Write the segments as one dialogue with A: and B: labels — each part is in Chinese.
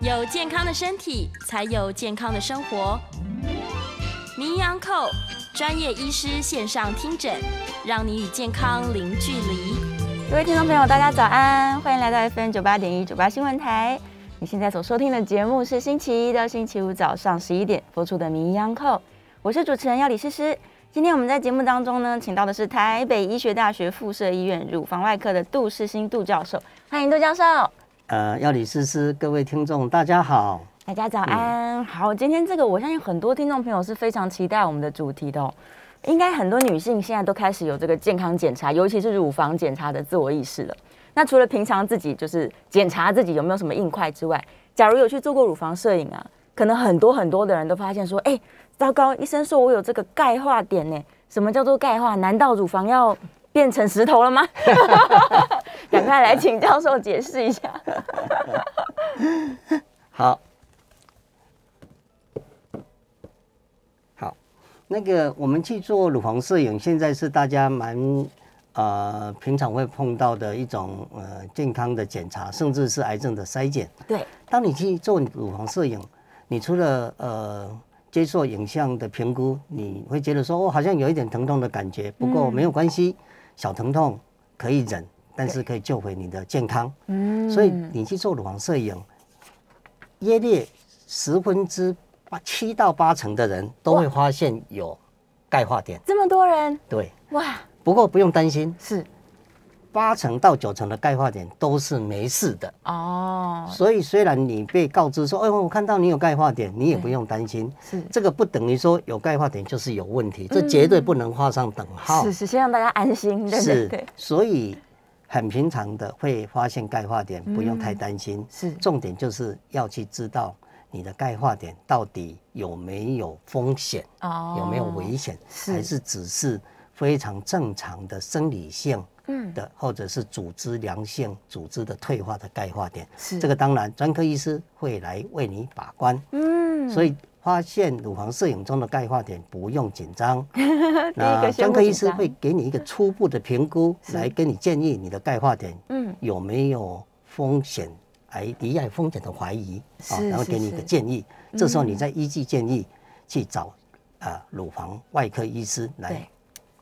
A: 有健康的身体，才有健康的生活。名扬寇专业医师线上听诊，让你与健康零距离。
B: 各位听众朋友，大家早安，欢迎来到 FM 九八点一九八新闻台。你现在所收听的节目是星期一到星期五早上十一点播出的《名医央叩》，我是主持人要李诗诗。今天我们在节目当中呢，请到的是台北医学大学附设医院乳房外科的杜世新杜教授，欢迎杜教授。
C: 呃，药理诗诗，各位听众大家好。
B: 大家早安。好，今天这个我相信很多听众朋友是非常期待我们的主题的、哦。应该很多女性现在都开始有这个健康检查，尤其是乳房检查的自我意识了。那除了平常自己就是检查自己有没有什么硬块之外，假如有去做过乳房摄影啊，可能很多很多的人都发现说，哎、糟糕，医生说我有这个钙化点呢。什么叫做钙化？难道乳房要变成石头了吗？ 赶快来请教授解释一下。
C: 好，好，那个我们去做乳房摄影，现在是大家蛮呃平常会碰到的一种呃健康的检查，甚至是癌症的筛检。
B: 对，
C: 当你去做乳房摄影，你除了呃接受影像的评估，你会觉得说哦，好像有一点疼痛的感觉，不过没有关系，小疼痛可以忍，但是可以救回你的健康。
B: 嗯
C: 所以你去做乳房摄影，约略十分之八七到八成的人都会发现有钙化点。
B: 这么多人，
C: 对，
B: 哇，
C: 不过不用担心，
B: 是
C: 八成到九成的钙化点都是没事的。
B: 哦，
C: 所以虽然你被告知说，哎，我看到你有钙化点，你也不用担心。
B: 是
C: 这个不等于说有钙化点就是有问题，这绝对不能画上等号。
B: 嗯是是，先让大家安心，对对对
C: 是，，所以很平常的会发现钙化点，不用太
B: 嗯
C: 担心。
B: 是
C: 重点就是要去知道你的钙化点到底有没有风险，
B: 哦
C: 有没有危险，
B: 是
C: 还是只是非常正常的生理性。
B: 嗯
C: 的，或者是组织良性、组织的退化的钙化点，
B: 是
C: 这个当然专科医师会来为你把关。
B: 嗯，
C: 所以发现乳房摄影中的钙化点，不用紧张。 那
B: 个先
C: 专
B: 不
C: 科医
B: 紧
C: 师
B: 张
C: 会给你一个初步的评估，来跟你建议你的钙化点
B: 嗯
C: 有没有风险，哎癌罹癌风险的怀疑啊，
B: 是
C: 然后
B: 是
C: 给你一个
B: 是嗯
C: 建议。这时候你再依据建议去找啊乳房外科医师来
B: 对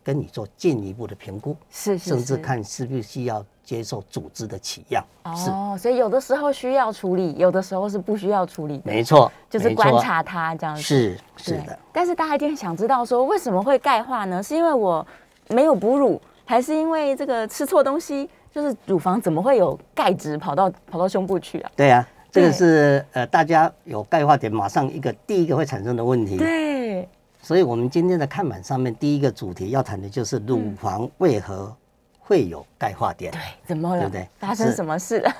C: 跟你做进一步的评估，
B: 是是
C: 甚至
B: 是
C: 看是不是需要接受组织的取样。是，
B: 哦，所以有的时候需要处理，有的时候是不需要处理的，
C: 没错，
B: 就是
C: 没
B: 观
C: 错，
B: 察它这样子。
C: 是是
B: 对
C: 的。。
B: 但是大家一定想知道说，为什么会钙化呢？是因为我没有哺乳，还是因为这个吃错东西？就是乳房怎么会有钙质跑到跑到胸部去啊？
C: 对啊，这个
B: 对
C: 是呃，大家有钙化点，马上一个第一个会产生的问题。
B: 对，
C: 所以我们今天的看板上面第一个主题要谈的就是乳房为何会有钙化点。
B: 怎么了？
C: 对不对
B: 发生
C: 是
B: 什么事了？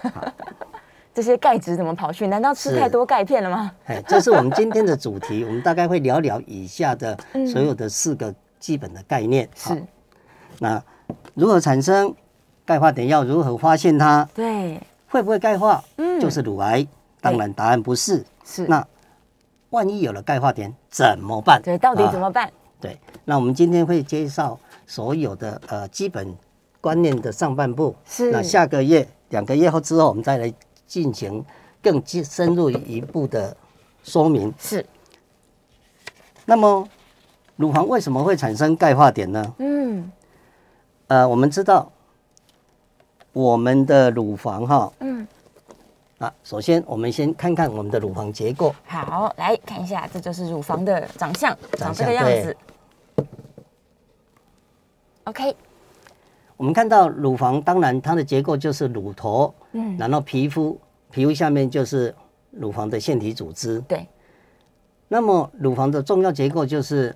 B: 这些钙质怎么跑去？难道吃
C: 是
B: 太多钙片了吗？
C: 哎，这是我们今天的主题，我们大概会聊聊以下的所有的四个基本的概念。好
B: 嗯是，
C: 那如何产生钙化点？要如何发现它？
B: 对，
C: 会不会钙化？
B: 嗯
C: 就是乳癌。当然，答案不是。
B: 是。
C: 那万一有了钙化点怎么办？
B: 对，到底
C: 啊
B: 怎么办？
C: 对，那我们今天会介绍所有的呃基本观念的上半部。
B: 是
C: 那下个月两个月后之后，我们再来进行更进深入一步的说明。
B: 是，
C: 那么，乳房为什么会产生钙化点呢？
B: 嗯，
C: 呃，我们知道我们的乳房哈，
B: 嗯，
C: 啊，首先我们先看看我们的乳房结构。
B: 好，来看一下，这就是乳房的长相，长
C: 长
B: 这个
C: 相
B: 样
C: 对
B: 子。OK，
C: 我们看到乳房，当然它的结构就是乳头，
B: 嗯，
C: 然后皮肤，皮肤下面就是乳房的腺体组织。
B: 对，
C: 那么乳房的重要结构就是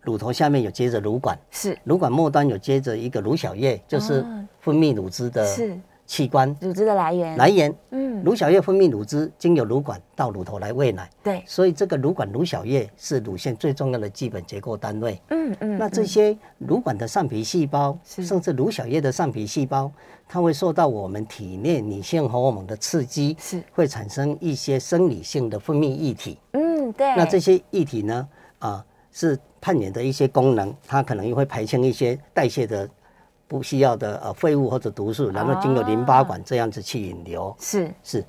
C: 乳头下面有接着乳管，
B: 是
C: 乳管末端有接着一个乳小叶，就是
B: 哦
C: 分泌乳汁的
B: 是
C: 器官
B: 乳汁的来源。，
C: 呃来源。
B: 嗯，
C: 乳小叶分泌乳汁，经由乳管到乳头来喂奶，
B: 对，
C: 所以这个乳管、乳小叶是乳腺最重要的基本结构单位。
B: 嗯嗯，
C: 那这
B: 嗯
C: 些乳管的上皮细胞，
B: 是
C: 甚至乳小叶的上皮细胞，它会受到我们体内女性荷尔蒙的刺激，
B: 是
C: 会产生一些生理性的分泌液体。
B: 嗯对，
C: 那这些液体呢，啊、是扮演的一些功能，它可能也会排清一些代谢的不
B: 哦
C: 需要的呃废物或者毒素，然后经由淋巴管这样子去引流。
B: 是
C: 是，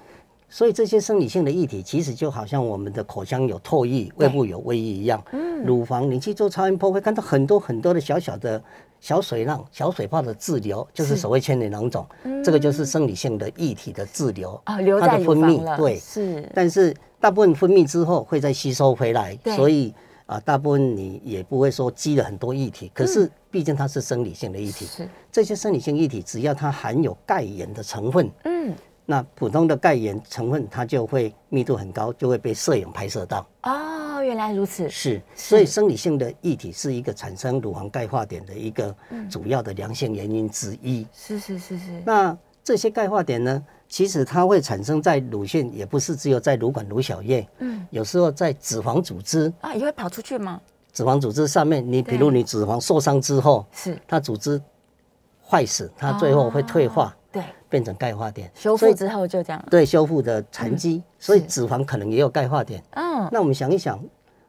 C: 所以这些生理性的议题，其实就好像我们的口腔有唾液，胃部有胃液一样。
B: 嗯
C: 乳房你去做超音波，会看到很多很多的小小的小水浪、小水泡的滞留，就是所谓千年囊肿。这个就是生理性的液体的滞留
B: 嗯哦，留
C: 它
B: 在
C: 的
B: 乳
C: 分
B: 房了，
C: 泌对，
B: 是，
C: 但是大部分分泌之后会再吸收回来
B: 对，
C: 所以啊、大部分你也不会说积了很多液体。可是毕竟它是生理性的液体，
B: 是，
C: 这些生理性液体只要它含有钙盐的成分，
B: 嗯，
C: 那普通的钙盐成分它就会密度很高，就会被摄影拍摄到。
B: 哦，原来如此，
C: 是，所以生理性的液体是一个产生乳房钙化点的一个主要的良性原因之一。
B: 是是是是，
C: 那这些钙化点呢，其实它会产生在乳腺，也不是只有在乳管、乳小叶，
B: 嗯，
C: 有时候在脂肪组织、
B: 啊，也会跑出去吗？
C: 脂肪组织上面，你
B: 对
C: 比如你脂肪受伤之后，
B: 是，
C: 它组织坏死，它最后会退化，
B: 对，
C: 变成钙化点，
B: 啊修
C: 所
B: 复
C: 以
B: 之后就这样了，
C: 对修复的残疾，所以
B: 是
C: 脂肪可能也有钙化点。
B: 嗯，
C: 那我们想一想，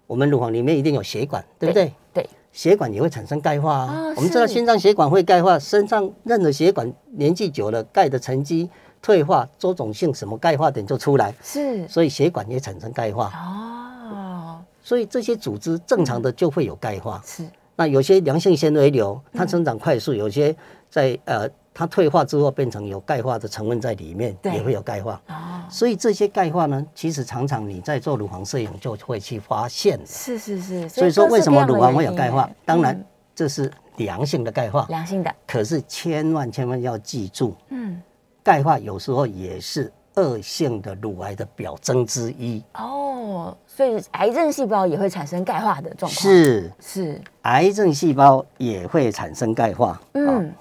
C: 我们乳房里面一定有血管，对不对？
B: 对，
C: 血管也会产生钙化啊。
B: 啊
C: 我们知道
B: 是
C: 心脏血管会钙化，身上任何血管年纪久了，钙的沉积、退化、周种性什么钙化点就出来，
B: 是，
C: 所以血管也产生钙化。
B: 哦，
C: 所以这些组织正常的就会有钙化。
B: 是，
C: 那有些良性纤维瘤，
B: 嗯
C: 它生长快速，有些在呃它退化之后变成有钙化的成分在里面，
B: 对
C: 也会有钙化。
B: 哦，
C: 所以这些钙化呢，其实常常你在做乳房摄影就会去发现。
B: 是是是，
C: 所以说，
B: 各式
C: 为什么
B: 各样的
C: 乳房会
B: 原
C: 有
B: 因
C: 钙化哦
B: 耶？
C: 当然
B: 嗯，
C: 这是良性的钙化，
B: 良性的，
C: 可是千万千万要记住，
B: 嗯，
C: 钙化有时候也是恶性的乳癌的表征之一。
B: 哦，所以癌症细胞也会产生钙化的状况，
C: 是，
B: 是，
C: 癌症细胞也会产生钙化。
B: 嗯，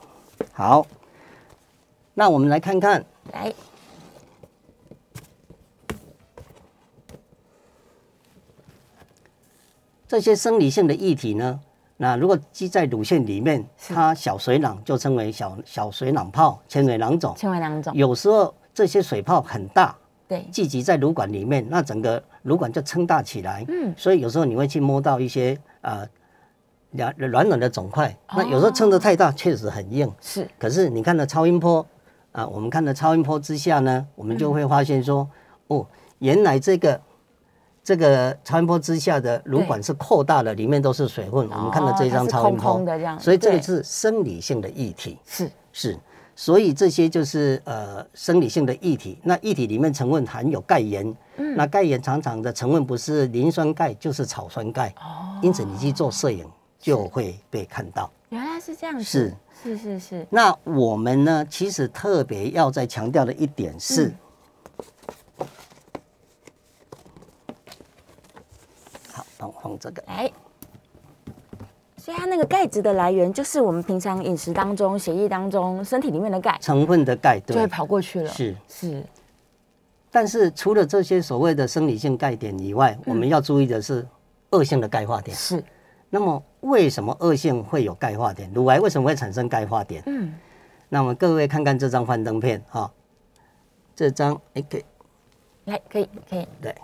C: 好，好那我们来看看
B: 来，
C: 这些生理性的液体呢。那如果积在乳腺里面，它小水囊就称为小小水囊泡、纤维囊肿。
B: 纤维囊肿，
C: 有时候这些水泡很大，
B: 对，
C: 聚集在乳管里面，那整个乳管就撑大起来。
B: 嗯
C: 所以有时候你会去摸到一些呃软软软的肿块，
B: 哦
C: 那有时候撑得太大，确实很硬。
B: 是，
C: 可是你看了超音波啊、我们看了超音波之下呢，我们就会发现说，哦，原来这个。这个超音波之下的乳管是扩大了，里面都是水分。我们看
B: 哦
C: 了这
B: 它
C: 张
B: 是
C: 超音
B: 空
C: 波，
B: 空的这样
C: 所以这个
B: 对
C: 是生理性的液体。
B: 是，
C: 是，所以这些就是呃生理性的液体。那液体里面成分含有钙盐，那钙盐常常的成分不是磷酸钙就是草酸钙，
B: 哦，
C: 因此你去做摄影就会被看到。
B: 原来是这样子
C: 是，
B: 是是是，
C: 那我们呢，其实特别要再强调的一点是。好，帮我放这个。
B: 来。哎所以它那个钙质的来源就是我们平常饮食当中、血液当中、身体里面的钙
C: 成分的钙，
B: 就会
C: 对，
B: 跑过去了。
C: 是。
B: 是，
C: 但是除了这些所谓的生理性钙点以外，我们要注意的是恶性的钙化点。
B: 嗯是，
C: 那么为什么恶性会有钙化点？乳癌为什么会产生钙化点？
B: 嗯，
C: 那么各位看看这张幻灯片哈、这张哎给
B: 来，可以，可以，
C: 对，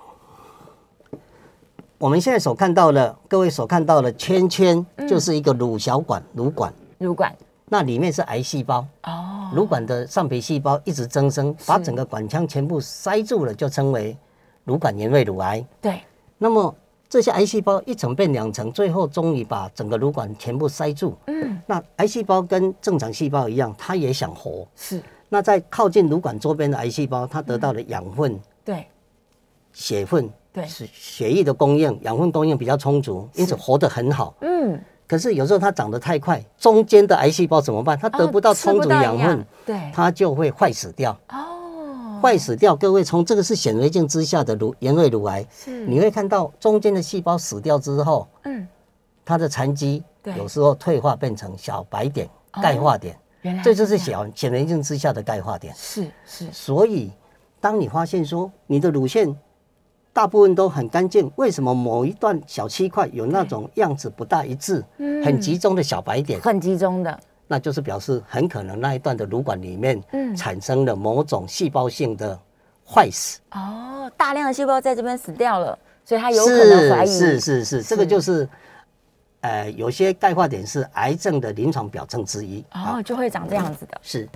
C: 我们现在所看到的，各位所看到的圈圈
B: 嗯
C: 就是一个乳小管、乳管，
B: 乳管
C: 那里面是癌细胞，
B: 哦，
C: 乳管的上皮细胞一直增生，把整个管腔全部塞住了，就称为乳管原位乳癌。
B: 对，
C: 那么这些癌细胞一层变两层，最后终于把整个乳管全部塞住。
B: 嗯，
C: 那癌细胞跟正常细胞一样，它也想活。
B: 是，
C: 那在靠近乳管周边的癌细胞，它得到了养分、
B: 对，
C: 血分、
B: 嗯对
C: 血血液的供应，养分供应比较充足，因此活得很好。
B: 嗯，
C: 可是有时候它长得太快，中间的癌细胞怎么办？它得不到
B: 哦吃
C: 充足
B: 到
C: 养分，，
B: 对，
C: 它就会坏死掉。
B: 哦，
C: 坏死掉，各位从这个是显微镜之下的乳原位乳癌，
B: 是，
C: 你会看到中间的细胞死掉之后，
B: 嗯，
C: 它的残疾
B: 对哦
C: 有时候退化变成小白点、钙化点，
B: 原来
C: 这就是
B: 样
C: 小显微镜之下的钙化点。
B: 是是
C: 所以，当你发现说你的乳腺大部分都很干净，为什么某一段小区块有那种样子不大一致、
B: 嗯
C: 很集中的小白点，
B: 很集中的，
C: 那就是表示很可能那一段的乳管里面
B: 嗯
C: 产生了某种细胞性的坏死。
B: 哦，大量的细胞在这边死掉了，所以它有可能怀
C: 是
B: 疑
C: 是是是，这个就是呃，有些钙化点是癌症的临床表征之一。啊，
B: 哦，就会长这样子的。
C: 是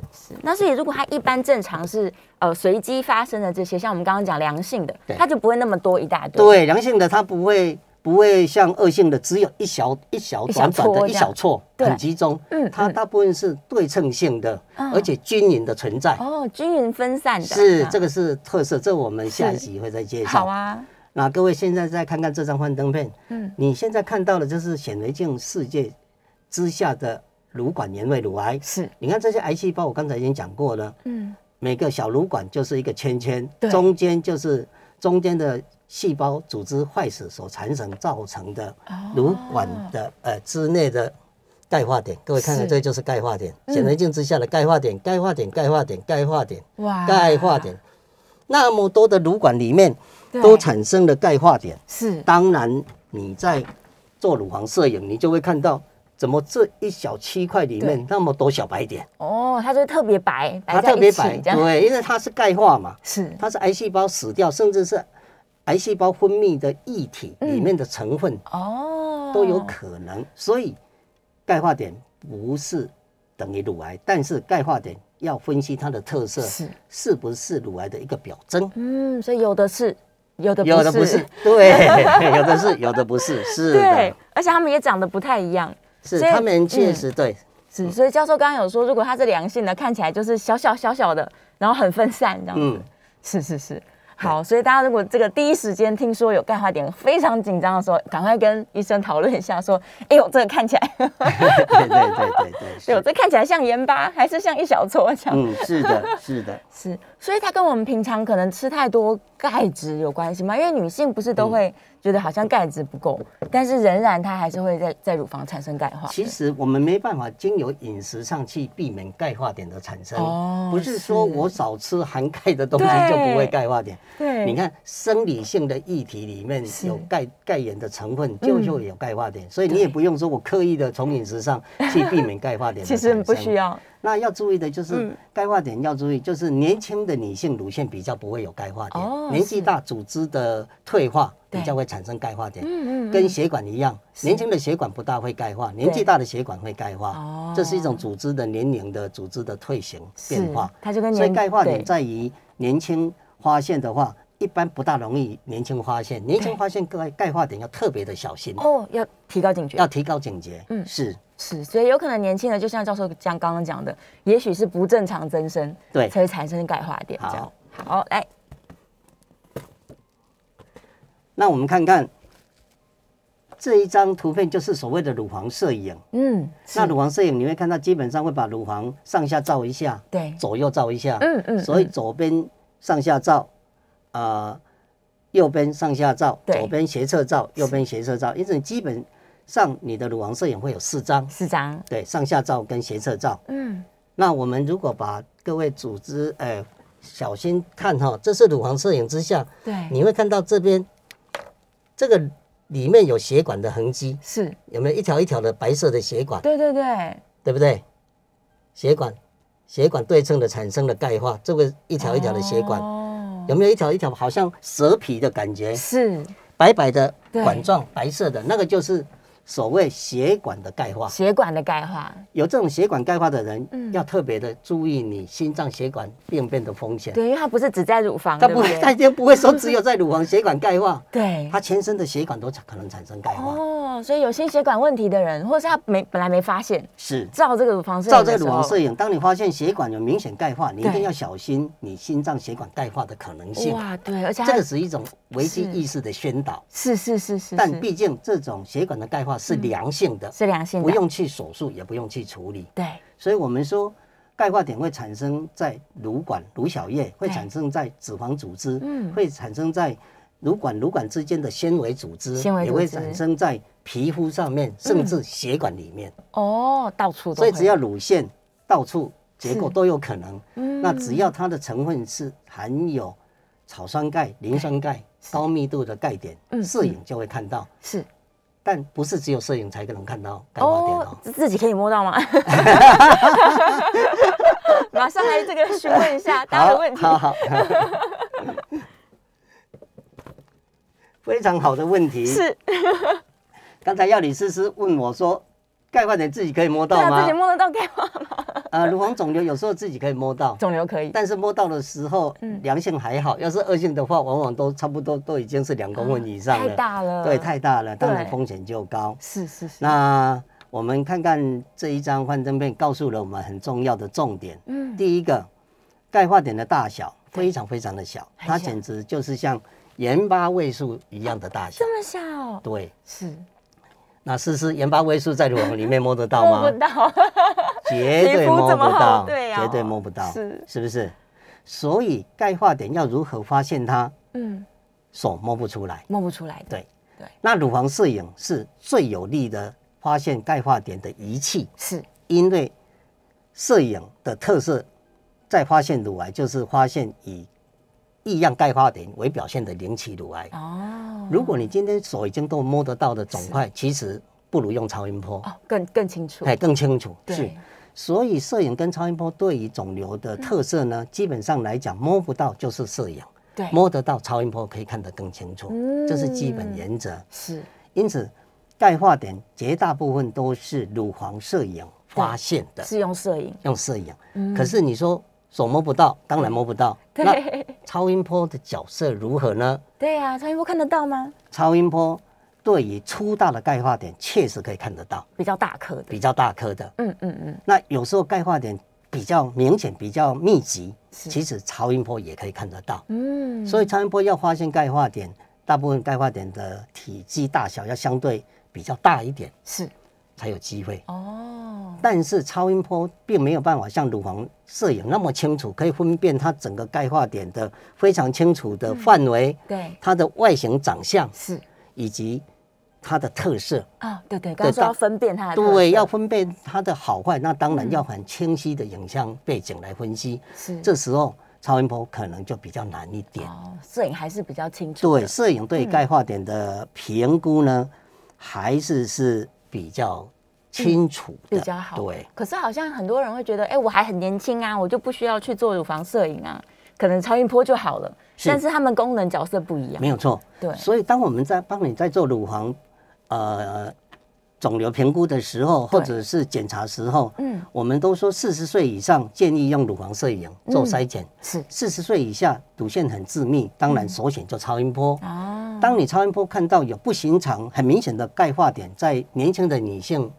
B: 那所以如果它一般正常是呃随机发生的这些，像我们刚刚讲良性的
C: 对，
B: 它就不会那么多一大堆。，
C: 对良性的，它不会不会像恶性的只有一小一小
B: 一小
C: 短短
B: 撮
C: 的一
B: 这
C: 小
B: 样
C: 撮，
B: 对
C: 很集中。
B: 嗯
C: 它
B: 嗯
C: 大部分是对称性的，
B: 嗯
C: 而且均匀的存在。
B: 哦，均匀分散的。
C: 是这
B: 个
C: 个是特色，这我们下一
B: 是
C: 集会再介绍。
B: 好啊，
C: 那各位现在再看看这张幻灯片，
B: 嗯，
C: 你现在看到的就是显微镜世界之下的乳管原位乳癌。
B: 是，
C: 你看这些癌细胞，我刚才已经讲过了，
B: 嗯，
C: 每个小乳管就是一个圈圈
B: 对，
C: 中间就是中间的细胞组织坏死所产生造成的
B: 哦
C: 乳管的、呃之内的钙化点。各位看看，
B: 是嗯
C: 这就是钙化点，显微镜之下的钙化点，钙化点，钙化点，钙化点。
B: 哇
C: 钙化点。那么多的乳管里面
B: 对
C: 都产生了钙化点，
B: 是
C: 当然你在做乳房摄影，你就会看到怎么这一小区块里面那么多小白点，
B: 哦，它就会特别白，
C: 它
B: 白在
C: 特
B: 一
C: 别
B: 起
C: 白，
B: 这样
C: 对，因为它是钙化嘛，
B: 是
C: 它是癌细胞死掉，甚至是癌细胞分泌的液体里面的成分
B: 哦，
C: 都有可能，所以钙化点不是等于乳癌，但是钙化点要分析它的特色
B: 是
C: 是不是乳癌的一个表征。
B: 嗯，所以有的是，有的
C: 有的不是，对， 有的是，有的不是，是
B: 对
C: 的，，
B: 而且他们也长得不太一样。
C: 是
B: 所以
C: 他们确
B: 嗯
C: 实对，
B: 是，所以教授刚刚有说，如果它是良性的，看起来就是小小小小的，然后很分散这样子。
C: 嗯
B: 是是是，好，所以大家如果这个第一时间听说有钙化点，非常紧张的时候，赶快跟医生讨论一下，说， 哎呦，这个看起来，
C: 对对对对对，
B: 对，
C: 是，
B: 这看起来像盐巴，还是像一小撮这样？
C: 嗯，是的，是的，
B: 是，所以它跟我们平常可能吃太多钙质有关系吗？因为女性不是都
C: 嗯
B: 会觉得好像钙质不够，但是仍然它还是会在在乳房产生钙化。
C: 其实我们没办法经由饮食上去避免钙化点的产生，
B: 哦
C: 不是说
B: 是
C: 我少吃含钙的东西
B: 对
C: 就不会钙化点。
B: 对，
C: 你看生理性的液体里面
B: 是
C: 有钙钙盐的成分，就
B: 嗯
C: 就有钙化点，所以你也不用说我刻意的从饮食上去避免钙化点 的
B: 其
C: 产
B: 实
C: 生。
B: 不需要，
C: 那要注意的就是
B: 嗯
C: 钙化点，要注意就是年轻的女性乳腺比较不会有钙化点，
B: 哦
C: 年纪大组织的退化
B: 对
C: 比较会产生钙化点，
B: 嗯嗯
C: 跟血管一样，年轻的血管不大会钙化，年纪大的血管会钙
B: 哦
C: 化，这是一种组织的年龄的组织的退行
B: 是
C: 变化，
B: 它就跟
C: 所以
B: 年
C: 钙化点
B: 对
C: 在于年轻发现的话。一般不大容易年轻发现，年轻发现钙钙化点要特别的小心，
B: 哦，要提高警觉，
C: 要提高警觉。
B: 嗯
C: 是
B: 是，所以有可能年轻人就像教授讲刚刚讲的，也许是不正常增生，
C: 对
B: 才会产生钙化点。这样
C: 好，
B: 好，来，
C: 那我们看看这一张图片，就是所谓的乳房摄影。
B: 嗯，是
C: 那乳房摄影你会看到，基本上会把乳房上下照一下，
B: 对
C: 左右照一下，
B: 嗯嗯
C: 所以
B: 嗯
C: 左边上下照，呃，右边上下照，
B: 对
C: 左边斜侧照，右边斜侧照，因此基本上你的乳房摄影会有四张，
B: 四张，
C: 对，上下照跟斜侧照。
B: 嗯，
C: 那我们如果把各位组织，哎、小心看哈、这是乳房摄影之下，
B: 对，
C: 你会看到这边这个里面有血管的痕迹，
B: 是，
C: 有没有一条一条的白色的血管，
B: 对对对，
C: 对不对？血管，血管对称的产生了钙化，这个一条一条的血管，
B: 哦，
C: 有没有一条一条好像蛇皮的感觉，
B: 是
C: 白白的
B: 对
C: 管状，白色的那个就是所谓血管的钙化。
B: 血管的钙化，
C: 有这种血管钙化的人，
B: 嗯
C: 要特别的注意你心脏血管病变的风险。
B: 对，因为它不是只在乳房，
C: 他
B: 对
C: 不会，
B: 对
C: 他一定不会说只有在乳房血管钙化，
B: 对
C: 他。全身的血管都可能产生钙化。
B: 哦，所以有心血管问题的人，或是他没本来没发现，
C: 是
B: 照这个乳房摄影
C: 照
B: 的
C: 这
B: 时
C: 个
B: 候，
C: 乳房摄影，当你发现血管有明显钙化，你一
B: 对
C: 定要小心你心脏血管钙化的可能性。
B: 哇，对，而且
C: 这
B: 它
C: 个是一种危机
B: 是
C: 意识的宣导，
B: 是是是是，
C: 但
B: 是嗯
C: 毕竟这种血管的钙化是良性的，
B: 是良性的，
C: 不用去手术，也不用去处理。
B: 对，
C: 所以我们说，钙化点会产生在乳管、乳小叶，会
B: 对
C: 产生在脂肪组织，
B: 嗯
C: 会产生在乳管、乳管之间的纤维组织，
B: 纤维组织嗯
C: 也会产生在皮肤上面，甚至血管里面。
B: 哦，到处都
C: 所
B: 会，
C: 以只要乳腺到处结构
B: 是
C: 都有可能。
B: 嗯
C: 那只要它的成分是含有草酸钙、磷酸钙、高密度的钙点
B: 嗯，
C: 摄影就会看到。
B: 是
C: 但不是只有摄影才能看到钙化点哦。
B: 自自己可以摸到 吗？马上来这个询问一下大家的问题。
C: 好好好非常好的问题。
B: 是
C: 刚才药理师是问我说，钙化点自己可以摸
B: 对
C: 到
B: 啊，自
C: 吗
B: 己？摸得到钙化吗？
C: 啊，乳房肿瘤有时候自己可以摸到，
B: 肿瘤可以，
C: 但是摸到的时候
B: 嗯，
C: 良性还好，要是恶性的话，往往都差不多都已经是两公分以上
B: 太
C: 了，
B: 大了，
C: 对，太大了，当然
B: 对
C: 风险就高。
B: 是是是，
C: 那我们看看这一张幻灯片告诉了我们很重要的重点。
B: 嗯
C: 第一个，钙化点的大小
B: 对
C: 非常非常的小，
B: 很
C: 它
B: 小
C: 简直就是像盐巴位数一样的大小。
B: 这么小，
C: 对，
B: 是
C: 那试试盐巴位数在乳房里面摸得到 吗？
B: 摸不到，
C: 绝
B: 皮
C: 对
B: 肤
C: 摸
B: 这
C: 不
B: 么
C: 到，
B: 厚对啊
C: 绝对摸不到，
B: 是
C: 不是？所以钙化点要如何发现它？
B: 嗯，
C: 手摸不出来。
B: 摸不出来的，
C: 对
B: 对
C: 那乳房摄影是最有力的发现钙化点的仪器，
B: 是
C: 因为摄影的特色，在发现乳癌就是发现以异样钙化点为表现的零期乳癌。
B: 哦，
C: 如果你今天手已经都摸得到的肿块，其实不如用超音波，
B: 哦更更清楚，
C: 哎，更清楚。是
B: 对，，
C: 所以摄影跟超音波对于肿瘤的特色呢，基本上来讲，摸不到就是摄影，
B: 对，
C: 摸得到超音波可以看得更清楚，
B: 嗯
C: 这是基本原则。
B: 是
C: 因此，钙化点绝大部分都是乳房摄影发现的，
B: 是用摄影，
C: 用摄影。
B: 嗯
C: 可是你说手摸不到，当然摸不到。那
B: 对
C: 超音波的角色如何呢？
B: 对啊，超音波看得到吗？
C: 超音波对于粗大的钙化点确实可以看得到，
B: 比较大颗的，
C: 比较大颗的。
B: 嗯嗯嗯，
C: 那有时候钙化点比较明显、比较密集，
B: 是
C: 其实超音波也可以看得到。
B: 嗯，
C: 所以超音波要发现钙化点，大部分钙化点的体积大小要相对比较大一点
B: 是
C: 才有机会。
B: 哦，
C: 但是超音波并没有办法像乳房摄影那么清楚，可以分辨它整个钙化点的非常清楚的范围、
B: 对，
C: 它的外形、长相
B: 是
C: 以及它的特色。
B: 啊，对对，刚刚说要
C: 大
B: 分辨它的特
C: 对，
B: 色嗯
C: 要分辨它的好坏，那当然要很清晰的影像背景来分析。
B: 是
C: 这时候超音波可能就比较难一点。
B: 哦，摄影还是比较清楚的，
C: 对，摄影对钙化点的评估呢，还是是比较清楚的，
B: 比较好。
C: 对，，
B: 可是好像很多人会觉得，哎、我还很年轻啊，我就不需要去做乳房摄影啊，可能超音波就好了。
C: 是
B: 但是他们功能角色不一样
C: 没。有错。
B: 对，
C: 所以当我们在帮你在做乳房呃肿瘤评估的时候，
B: 对
C: 或者是检查时候，
B: 嗯，
C: 我们都说四十岁以上建议用乳房摄影
B: 嗯
C: 做筛检，
B: 是
C: 四十岁以下乳腺很致密，当
B: 嗯
C: 然首选就超音波。
B: 啊，
C: 当你超音波看到有不寻常、很明显的钙化点在年轻的女性，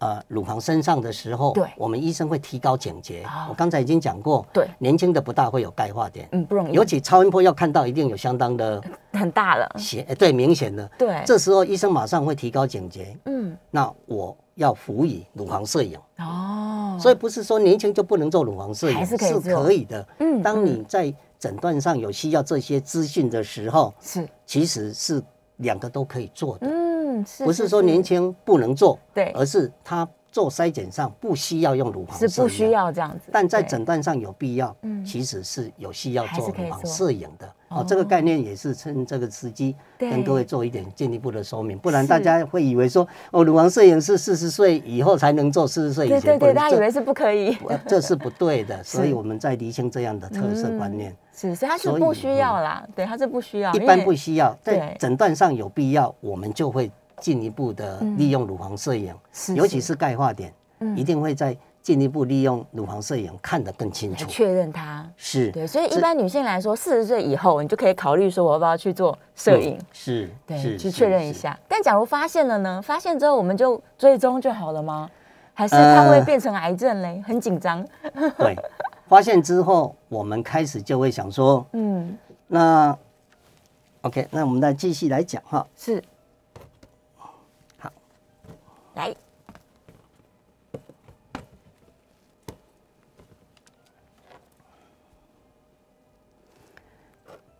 C: 呃，乳房身上的时候，
B: 对
C: 我们医生会提高警觉。
B: 哦
C: 我刚才已经讲过，
B: 对
C: 年轻的不大会有钙化点，
B: 嗯，不容易，
C: 尤其超音波要看到一定有相当的
B: 很大了。
C: 显，呃对，明显的。
B: 对，
C: 这时候医生马上会提高警觉，
B: 嗯，
C: 那我要辅以乳房摄影。
B: 哦，
C: 所以不是说年轻就不能做乳房摄影，
B: 还是可以做
C: 的。
B: 嗯
C: 当你在诊断上有需要这些资讯的时候，
B: 是，
C: 其实是两个都可以做的，
B: 嗯，是
C: 不是说年轻不能做，
B: 对
C: 而是他做筛检上不需要用乳房摄
B: 是
C: 影，
B: 不需，要这样子，
C: 但在
B: 对
C: 诊断上有必要
B: 嗯，
C: 其实是有需要
B: 还
C: 做
B: 是可以
C: 乳房
B: 做
C: 摄影的。
B: 哦
C: 哦，这个概念也是趁这个时机
B: 对
C: 跟各位做一点进一步的说明，不然
B: 是
C: 大家会以为说哦，乳房摄影是四十岁以后才能做，四十岁以
B: 对对
C: 前不
B: 对，
C: 能
B: 大家
C: 这
B: 以为是不可以，
C: 呃这是不对的，所以
B: 是
C: 我们在厘清这样的特
B: 嗯
C: 色观念，
B: 是，所以它是
C: 所以嗯
B: 不需要啦，对，它是不需要，
C: 一
B: 因
C: 般
B: 为
C: 不需要，在
B: 对
C: 诊断上有必要，我们就会进一步的利用乳房摄影，
B: 嗯是嗯
C: 尤其
B: 是
C: 是钙化点，一定会在进一步利用乳房摄影看得更清
B: 来
C: 楚。
B: 确认它。
C: 是，嗯
B: 对，所以一
C: 这
B: 般女性来说，四十岁以后，你就可以考虑说我要不要去做摄影
C: 嗯，是，
B: 对，
C: 是
B: 去
C: 是
B: 确认一
C: 是
B: 下。但假如发现了呢？发现之后我们就追踪就好了吗？还是它会
C: 呃
B: 变成癌症嘞？很紧张。
C: 对，发现之后，我们开始就会想说，
B: 嗯，
C: 那 OK，那我们再继续来讲哈。
B: 是。
C: 好，
B: 来，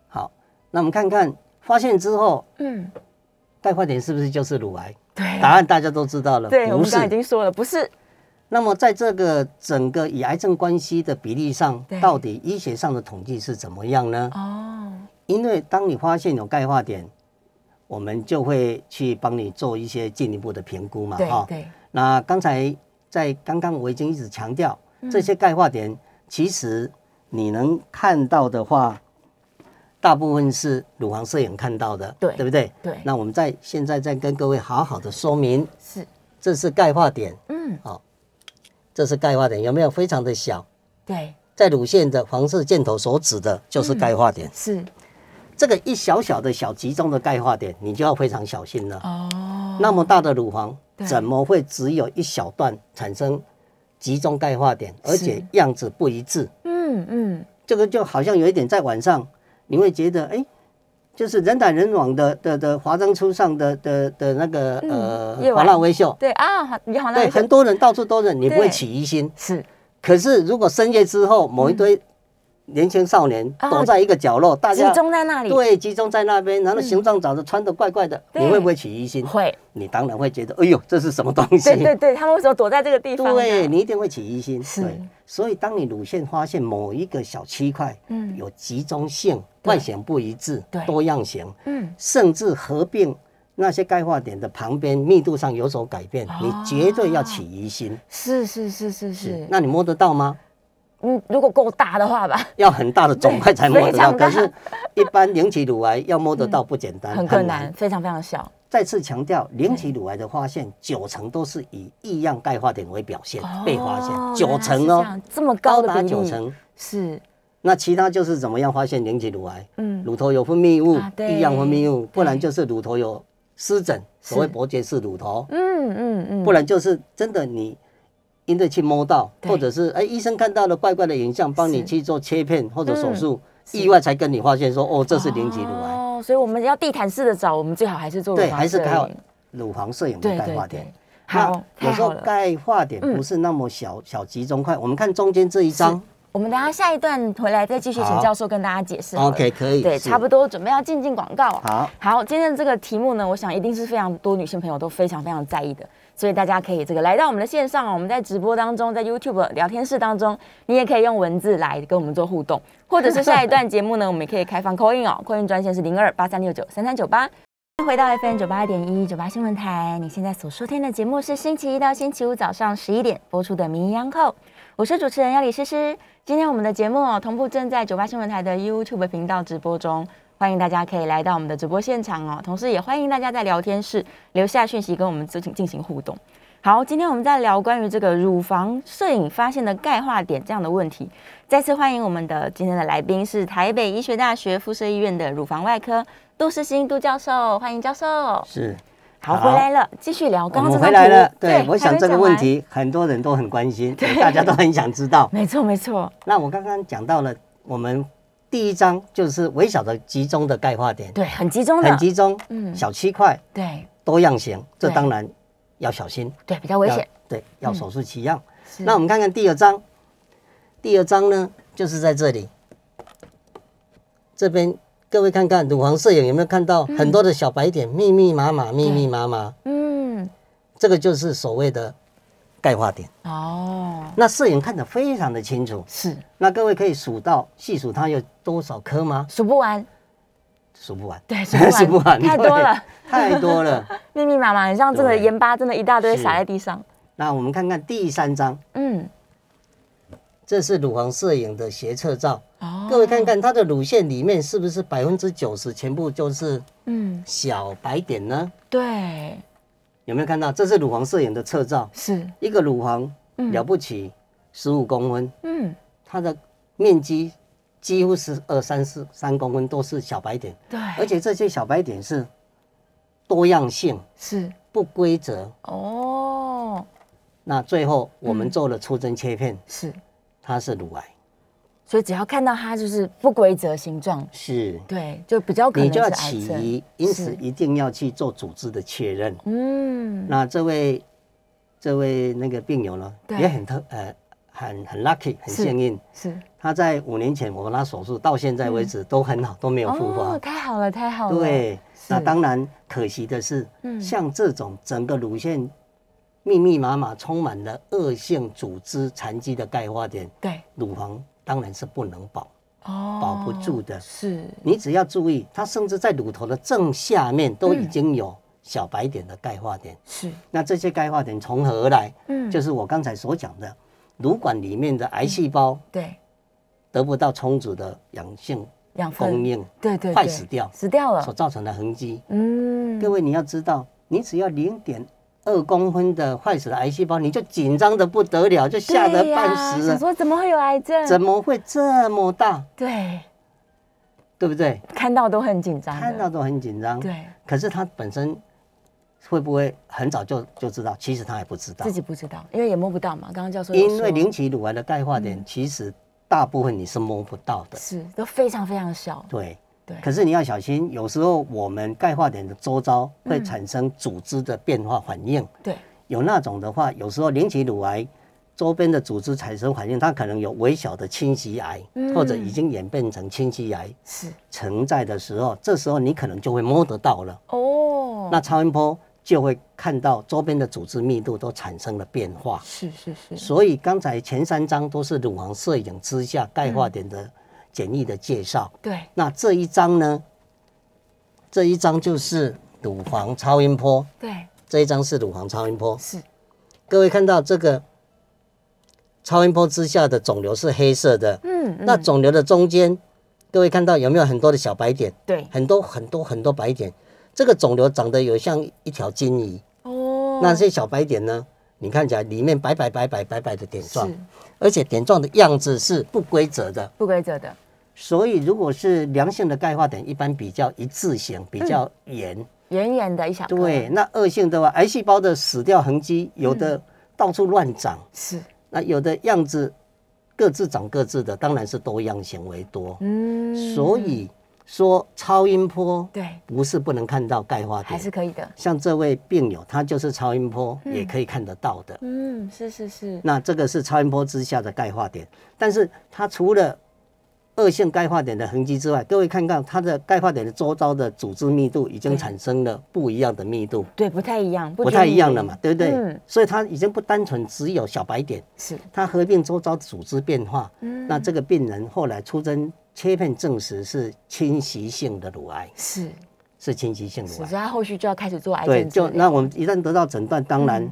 C: 好，那我们看看发现之后，
B: 嗯，
C: 钙化点是不是就是乳癌？
B: 对，
C: 答案大家都知道了，
B: 对，我
C: 不
B: 们刚刚已
C: 是。
B: 经说了，不是，
C: 那么在这个整个与癌症关系的比例上
B: 对，
C: 到底医学上的统计是怎么样呢？
B: 哦，
C: 因为当你发现有钙化点，我们就会去帮你做一些进一步的评估嘛，
B: 对对，
C: 那刚才在刚刚我已经一直强调，
B: 嗯
C: 这些钙化点其实你能看到的话，大部分是乳房摄影看到的，
B: 对
C: 对不对？
B: 对
C: 那我们在现在再跟各位好好的说明，
B: 是，
C: 这是钙化点，
B: 嗯，
C: 好、这是钙化点，有没有非常的小？
B: 对，
C: 在乳腺的黄色箭头所指的
B: 嗯
C: 就是钙化点，
B: 是，
C: 这个一小小的小集中的钙化点，你就要非常小心了。
B: 哦，
C: 那么大的乳房
B: 对
C: 怎么会只有一小段产生集中钙化点，而
B: 是
C: 且样子不一致？
B: 嗯嗯，
C: 这个就好像有一点在晚上，你会觉得哎、就是人来人往的的的华灯初上的的的那个
B: 嗯夜晚
C: 呃华纳微秀，
B: 对啊，好你好，那
C: 对，
B: 我想
C: 很多人到处都是，你不
B: 对
C: 会起疑心。
B: 是
C: 可是如果深夜之后，某一堆年轻少年
B: 嗯啊
C: 躲在一个角落，大
B: 集
C: 家
B: 中在那里，嗯
C: 对集中在那边，然后形状长得穿的怪怪的，
B: 对
C: 你会不会起疑心？
B: 会，
C: 你当然会觉得，哎呦，这是什么东西
B: 对？对对，他们为什么躲在这个地方呢？
C: 对你一定会起疑心。
B: 是
C: 对，所以当你乳腺发现某一个小区块，
B: 嗯
C: 有集中性、
B: 对
C: 外显不一致
B: 对、
C: 多样型，
B: 嗯，
C: 甚至合并那些钙化点的旁边密度上有所改变，
B: 啊
C: 你绝对要起疑心。
B: 是是是是
C: 是
B: 是，，
C: 那你摸得到吗？
B: 嗯，如果够大的话吧，
C: 要很大的肿块才摸得
B: 对
C: 到，可
B: 非常
C: 是
B: 大，
C: 一般引起乳癌要摸得到不简单，
B: 很困难，。非常非常小。
C: 再次强调，零期乳癌的发现九成都是以异样钙化点为表现、被发现，九成
B: 哦原来是这
C: 哦
B: 样，，这么高
C: 高
B: 的
C: 达
B: 比例
C: 九成。
B: 是，
C: 那其他就是怎么样发现零期乳癌？
B: 嗯，
C: 乳头有分泌物
B: 啊，对
C: 异样分泌物，不然
B: 对
C: 就是乳头有湿疹，
B: 是
C: 所谓伯爵式乳头，
B: 嗯嗯嗯，
C: 不然就是真的你因为去摸到，
B: 对
C: 或者是哎医生看到了怪怪的影像，帮你
B: 是
C: 去做切片或者手
B: 嗯
C: 术，
B: 是
C: 意外才跟你发现说哦这是零期乳癌，
B: 哦，所以我们要地毯式的找，我们最好还是做乳
C: 对，
B: 房
C: 还是
B: 摄
C: 靠
B: 影
C: 乳房摄影的
B: 对
C: 钙化
B: 对
C: 点
B: 对。，好，
C: 那有
B: 太
C: 时
B: 好
C: 候
B: 了。嗯
C: 钙化点不是那么小、小集中块，我们看中间这一张
B: 我们等一下下一段回来再继续请
C: 好
B: 教授跟大家解释好了。
C: ，OK 可以，
B: 对，
C: 是
B: 差不多准备要进进广告啊。
C: 好。
B: 好，今天的这个题目呢，我想一定是非常多女性朋友都非常非常在意的，所以大家可以这个来到我们的线上啊，我们在直播当中，在 YouTube 聊天室当中，你也可以用文字来跟我们做互动，或者是下一段节目呢，我们也可以开放 call in 哦，call in 专线是零二八三六九三三九八。回到 FM 九八点一九八新闻台，你现在所收听的节目是星期一到星期五早上十一点播出的《名医央叩》，我是主持人要李诗诗。今天我们的节目哦，同步正在九八新闻台的 YouTube 频道直播中，欢迎大家可以来到我们的直播现场哦，同时也欢迎大家在聊天室留下讯息跟我们进行进行互动。好，今天我们在聊关于这个乳房摄影发现的钙化点这样的问题。再次欢迎我们的今天的来宾是台北医学大学附设医院的乳房外科杜世新杜教授，欢迎教授。
C: 是，
B: 好，
C: 好
B: 回来了，继续聊。
C: 我
B: 刚刚
C: 们
B: 这
C: 回
B: 张
C: 来
B: 图
C: 了。对，我
B: 还
C: 想
B: 没
C: 这个
B: 讲
C: 问
B: 完，
C: 题很多人都很关心，大家都很想知道。
B: 没错没错，
C: 那我刚刚讲到了，我们第一章就是微小的集中的钙化点，
B: 对，很集中的，
C: 很集中，
B: 嗯
C: 小区块，
B: 对
C: 多样型，这
B: 对
C: 当然要小心，
B: 对，比较危
C: 要
B: 险。，嗯
C: 对，要手术取样。
B: 是
C: 那我们看看第二章，第二章呢就是在这里，这边各位看看乳房摄影有没有看到很多的小白点，密密麻麻，密密麻麻，
B: 嗯，
C: 这个就是所谓的钙化点。
B: 哦，
C: 那摄影看得非常的清楚，
B: 是
C: 那各位可以数到细数它有多少颗吗？
B: 数不 完，
C: 数不完，
B: 对，数 不完，
C: 数不完，
B: 太多
C: 对
B: 了，，
C: 太多了。
B: 密密麻麻，很像这个
C: 对
B: 盐巴真的一大堆
C: 是
B: 撒在地上。
C: 那我们看看第三张，
B: 嗯，
C: 这是乳房摄影的斜侧照，
B: 哦
C: 各位看，看它的乳腺里面是不是百分之九十全部就是
B: 嗯，
C: 小白点呢？
B: 对，
C: 有没有看到？这是乳房摄影的侧照，
B: 是，
C: 一个乳房
B: 嗯
C: 了不起十五公分，
B: 嗯，
C: 它的面积几乎是二三四三公分都是小白点，
B: 对，
C: 而且这些小白点是多样性、
B: 是
C: 不规则。
B: 哦，
C: 那最后我
B: 嗯
C: 们做了出针切片，
B: 是，
C: 它是乳癌，
B: 所以只要看到它就是不规则形状，
C: 是
B: 对，就比较可
C: 你
B: 能
C: 就是要
B: 癌
C: 起
B: 症。
C: 疑，因此
B: 是
C: 一定要去做组织的确认。
B: 嗯，
C: 那这位这位那个病友呢，
B: 对
C: 也很特呃很很 lucky 很
B: 是
C: 幸运，
B: 是
C: 他在五年前我帮他手术，到现在为止都很好，都没有复发。
B: 哦太好了，太嗯好了。，
C: 对，
B: 是
C: 那当然可惜的是，
B: 嗯
C: 像这种整个乳腺密密麻麻、充满了恶性组织残疾的钙化点，
B: 对，
C: 乳房当然是不能保。
B: 哦，
C: 保不住的
B: 是，
C: 你只要注意，它甚至在乳头的正下面都已经有小白点的钙化点。
B: 是，
C: 那这些钙化点从何而来？
B: 嗯，
C: 就是我刚才所讲的，乳管里面的癌细胞
B: 对，
C: 得不到充足的阳性
B: 养分
C: 供应
B: 对嗯对对
C: 坏死掉
B: 死掉
C: 所
B: 了，
C: 造成的痕迹。
B: 嗯，
C: 各位你要知道，你只要零点二公分的坏死的癌细胞，你就紧张的不得了，就吓得
B: 对呀
C: 半死
B: 想
C: 了。
B: 说怎么会有癌症？
C: 怎么会这么大？
B: 对，
C: 对不对？
B: 看到都很紧张的，
C: 看到都很紧张。
B: 对
C: 可是他本身会不会很早就就知道？其实他还不知道
B: 自，己不知道，因为也摸不到嘛。刚刚教授有
C: 因为
B: 说
C: 零期乳癌的钙化点，其实大部分你是摸不到的。
B: 是都非常非常小，
C: 对。
B: 对，
C: 可是你要小心，有时候我们钙化点的周遭会产生组织的变化反应，
B: 对
C: 有那种的话，有时候零期乳癌周边的组织产生反应，它可能有微小的侵袭癌，
B: 嗯
C: 或者已经演变成侵袭癌
B: 是
C: 存在的时候，这时候你可能就会摸得到了。
B: 哦，
C: 那超音波就会看到周边的组织密度都产生了变化。
B: 是是是，
C: 所以刚才前三章都是乳房摄影之下钙化点的简易的介绍，
B: 对，
C: 那这一章呢？这一章就是乳房超音波，
B: 对，
C: 这一章是乳房超音波。
B: 是，
C: 各位看到这个超音波之下的肿瘤是黑色的，
B: 嗯，嗯
C: 那肿瘤的中间，各位看到有没有很多的小白点？
B: 对，
C: 很多很多很多白点。这个肿瘤长得有像一条金鱼，
B: 哦，
C: 那些小白点呢？你看起来里面白白白白白白的点状
B: 是，
C: 而且点状的样子是不规则的。
B: 不规则的，
C: 所以如果是良性的钙化点，一般比较一字形，比较
B: 嗯
C: 圆。
B: 圆圆的一小颗，
C: 对，，那恶性的话，癌细胞的死掉痕迹有
B: 嗯
C: 的到处乱长，
B: 是，
C: 那有的样子各自长各自的，当然是多样型为多。
B: 嗯，
C: 所以说超音波
B: 对，
C: 不是不能看到钙化
B: 还
C: 点
B: 是，可嗯以的，
C: 像这位病友，他就是超音波也可以看得到的。
B: 嗯，是是是，
C: 那这个是超音波之下的钙化点，但是它除了恶性钙化点的痕迹之外，各位看看它的钙化点的周遭的组织密度已经产生了不一样的密度，
B: 对，不太一样，
C: 不
B: 均
C: 太一样
B: 匀
C: 了嘛，，对不对？
B: 嗯
C: 所以它已经不单纯只有小白点，
B: 是，
C: 它合并周遭组织变化。
B: 嗯
C: 那这个病人后来出针切片证实是侵袭性的乳癌，
B: 是，
C: 是侵袭性
B: 是，所
C: 乳
B: 以
C: 癌。
B: 他后续就要开始做癌
C: 对，
B: 症治
C: 就
B: 疗，嗯
C: 那我们一旦得到诊断，当然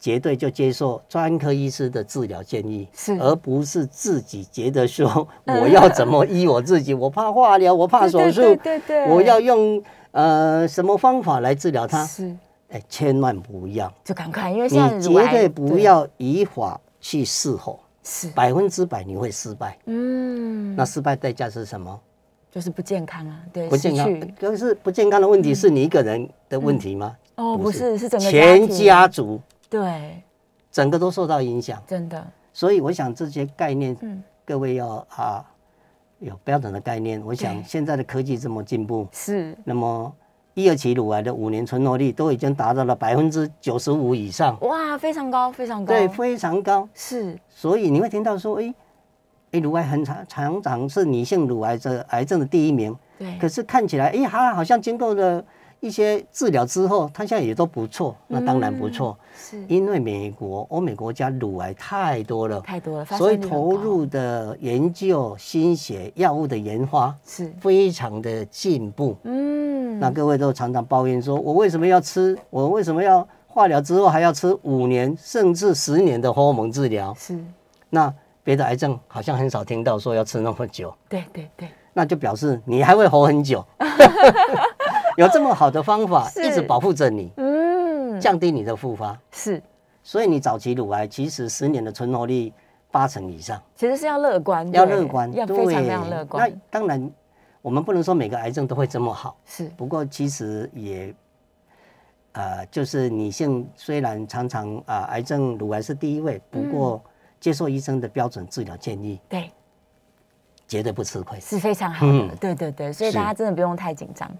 C: 绝对就接受专科医师的治疗建议，
B: 是
C: 而不是自己觉 得说我要怎么医我自己，我 怕化疗，我怕手
B: 嗯对
C: 术，
B: 对对对，
C: 我要用呃什么方法来治疗它？
B: 是，
C: 哎，千万不要，
B: 就赶快，因为现在
C: 你
B: 乳
C: 绝
B: 癌
C: 对不要以法去伺候，
B: 是，
C: 百分之百你会失败。
B: 嗯，
C: 那失败代价是什么？
B: 就是不健康啊，对，
C: 不健
B: 失去
C: 康，可是不健康的问题是你一个人的问题吗？
B: 哦，不是，是整个
C: 呃全
B: 庭
C: 家族
B: 对，
C: 整个都受到影响。
B: 真的，
C: 所以我想这些概念，
B: 嗯
C: 各位要啊有标准的概念。我想
B: 对
C: 现在的科技这么进步，
B: 是
C: 那么一二期乳癌的五年存活率都已经达到了百分之九十五以上，
B: 哇，非常高，非常高，
C: 对，非常高。
B: 是
C: 所以你会听到说，哎、哎，乳癌很常常常是女性乳癌的癌症的第一名，
B: 对，
C: 可是看起来，哎、它好像经过了一些治疗之后，它现在也都不错。那当然不错，
B: 是
C: 因为美国、欧美国家乳癌太多了，
B: 太多了，发
C: 所以
B: 生率很
C: 投
B: 高
C: 入的研究、心血、药物的研发
B: 是，
C: 非常的进步。
B: 嗯，
C: 那各位都常常抱怨说，我为什么要吃？我为什么要化疗之后还要吃五年甚至十年的荷尔蒙治疗？
B: 是，
C: 那别的癌症好像很少听到说要吃那么久，
B: 对对对，
C: 那就表示你还会活很久。 有这么好的方法，
B: 是
C: 一直保护着你，
B: 嗯，
C: 降低你的复发。
B: 是，
C: 所以你早期乳癌其实十年的存活率八成以上，
B: 其实是要乐观，
C: 要
B: 对
C: 乐观，
B: 要非常
C: 对
B: 非常乐
C: 那
B: 观，
C: 当然，我们不能说每个癌症都会这么好，
B: 是
C: 不过其实也，呃，就是女性虽然常常啊、癌症乳癌是第一位，不过接受医生的标准治疗建议，
B: 对，
C: 绝对不吃亏。
B: 是非常好的，
C: 嗯
B: 对对对，所以
C: 是
B: 大家真的不用太紧张。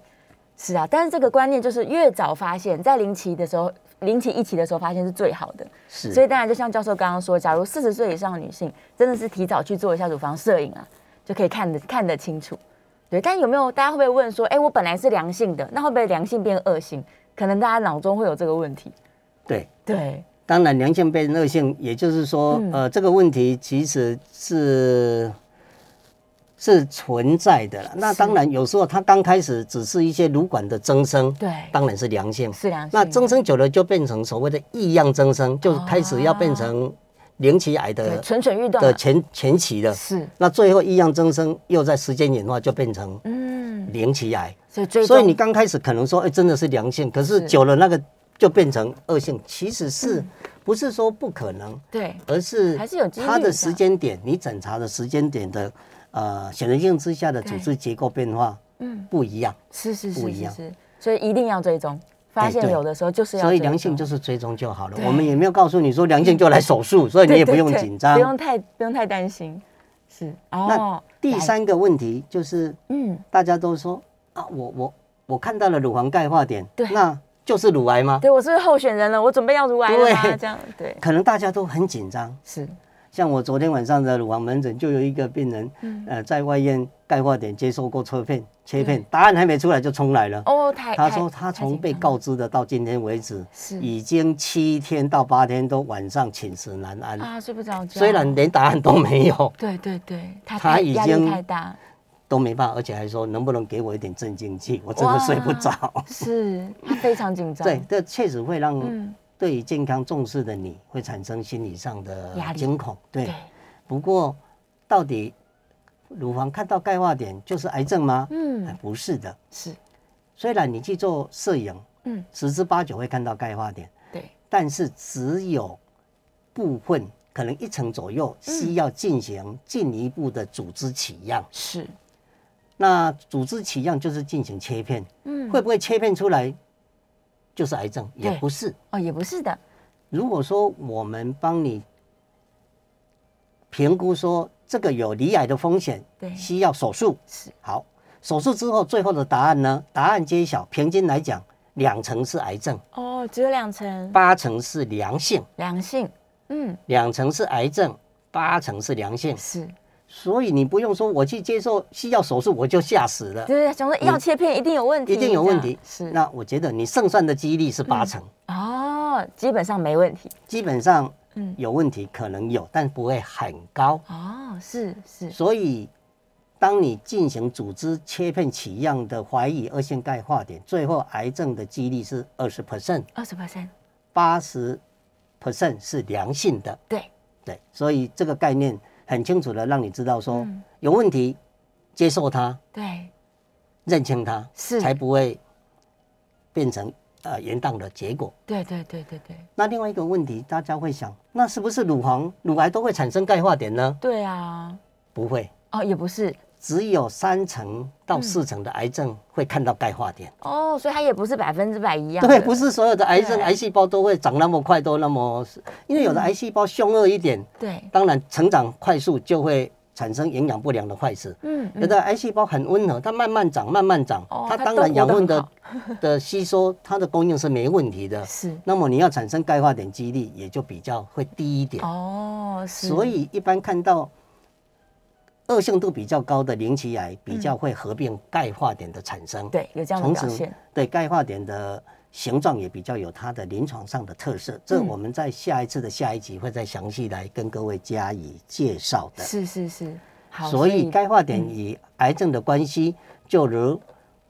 B: 是啊，但是这个观念就是越早发现，在临期的时候，临期一期的时候发现是最好的。
C: 是，
B: 所以当然，就像教授刚刚说，假如四十岁以上的女性，真的是提早去做一下乳房摄影啊，就可以看得看得清楚。对，但有没有大家会不会问说，哎、我本来是良性的，那会不会良性变恶性？可能大家脑中会有这个问题。
C: 对。
B: 对，
C: 当然，良性变恶性，也就是说，
B: 嗯
C: 呃，这个问题其实是是存在的了。那当然，有时候它刚开始只是一些乳管的增生，
B: 对
C: 当然是良性。
B: 是良性的。啊
C: 那增生久了就变成所谓的异样增生，就开始要变成零期癌
B: 哦对，
C: 的
B: 蠢蠢欲动啊
C: 的前前期的，
B: 是，
C: 那最后异样增生又在时间演化就变成
B: 嗯，
C: 零期癌。
B: 所以追
C: 所以
B: 踪
C: 你刚开始可能说，哎、真的是良性，可是
B: 是
C: 久了那个就变成恶性。其实是、不是说不可能，
B: 对
C: 而是
B: 还是有几率
C: 它
B: 的
C: 的时间点，你诊查的时间点的呃显微镜之下的组织结构变化，
B: 嗯
C: 不一样。
B: 是是
C: 不
B: 是
C: 一
B: 是
C: 样哎
B: 是，所以一定要追踪，发现
C: 对
B: 有的时候就是要
C: 所以
B: 追
C: 良性
B: 踪
C: 就是追踪就好了，
B: 啊对
C: 我们也没有告诉你说良性就来手术，所以你
B: 对
C: 也
B: 对
C: 不用
B: 对
C: 紧张
B: 不。用太不用太担心，是
C: 那
B: 哦。
C: 第
B: 来，
C: 三个问题就是
B: 嗯，
C: 大家都说啊，我我我看到了乳房钙化点
B: 对，
C: 那就是乳癌吗？
B: 对我是不是候选人了，我准备要乳癌了吗？
C: 对
B: 这样对，
C: 可能大家都很紧张，
B: 是
C: 像我昨天晚上的乳房门诊就有一个病人，
B: 嗯
C: 呃，在外院钙化点接受过切片，切片，答案还没出来就冲来了。
B: 嗯哦，太
C: 他
B: 太
C: 说他
B: 太
C: 从
B: 紧
C: 被
B: 张
C: 告知的到今天为止，
B: 是
C: 已经七天到八天都晚上寝食难安，
B: 啊睡不着觉，
C: 虽然连答案都没有，
B: 对对对，他
C: 他
B: 太
C: 已
B: 压力
C: 经
B: 太大，
C: 都没办法，而且还说能不能给我一点镇静剂，我真的睡 不着。
B: 是他非常紧张，
C: 对，这确实会让
B: 嗯
C: 对于健康重视的你会产生心理上的
B: 压力
C: 惊恐，对
B: 对。，
C: 不过，到底乳房看到钙化点就是癌症吗？哎
B: 嗯，
C: 不是的。
B: 是，
C: 虽然你去做摄影，
B: 嗯，
C: 十之八九会看到钙化点，
B: 对，
C: 但是只有部分，可能一成左右，
B: 嗯
C: 需要进行进一步的组织取样。
B: 是，
C: 那组织取样就是进行切片，
B: 嗯，
C: 会不会切片出来就是癌症？也
B: 对
C: 不是。
B: 哦，也不是的，
C: 如果说我们帮你评估说这个有离癌的风险，
B: 对
C: 需要手术，
B: 是
C: 好，手术之后最后的答案呢？答案揭晓，平均来讲，两成是癌症，
B: 哦，只有两层
C: 八成是良性，
B: 良性，嗯，
C: 两成是癌症，八成是良性，
B: 是，
C: 所以你不用说我去接受需要手术我就吓死了，
B: 对，想说要切片一定有问题，
C: 嗯一定有问
B: 这样
C: 题。
B: 是，
C: 那我觉得你胜算的几率是八成，
B: 哦，基本上没问题，
C: 基本上
B: 嗯
C: 有问题可能有，但不会很高。
B: 哦，是是，
C: 所以，当你进行组织切片取样的怀疑恶性钙化点，最后癌症的几率是二十 percent，
B: 二十 percent，
C: 八十 percent 是良性的。
B: 对，
C: 对，所以这个概念很清楚的让你知道说、
B: 嗯
C: 有问题，接受它，
B: 对，
C: 认清它，
B: 是
C: 才不会变成呃延宕的结果。
B: 对对对对对，
C: 那另外一个问题，大家会想，那是不是乳房乳癌都会产生钙化点呢？
B: 对啊，
C: 不会，
B: 哦，也不是，
C: 只有三成到
B: 嗯
C: 四成的癌症会看到钙化点。
B: 哦，所以它也不是百分之百一样的，
C: 对，不是所有的癌症
B: 对嗯
C: 癌细胞都会长那么快，都那么，因为有的癌细胞凶恶一点，
B: 对，
C: 当然成长快速就会产生营养不良的坏死。
B: 嗯，
C: 有的癌细胞很温和，它慢慢长，慢慢长
B: 哦，
C: 它
B: 它
C: 当
B: 都
C: 然
B: 活
C: 养
B: 得很
C: 分的
B: 好
C: 的吸收，它的供应是没问题 的。
B: 是，
C: 那么你要产生钙化点几率也就比较会低一点。
B: 哦，是，
C: 所以一般看到恶性度比较高的零期癌，比较会合并钙化点的产生。
B: 嗯对有这样的
C: 从
B: 表
C: 此
B: 现，
C: 对钙化点的形状也比较有它的临床上的特色。这
B: 嗯
C: 我们在下一次的下一集会再详细来跟各位加以介绍的。
B: 是是是，好，嗯
C: 所以钙化点与癌症的关系，就如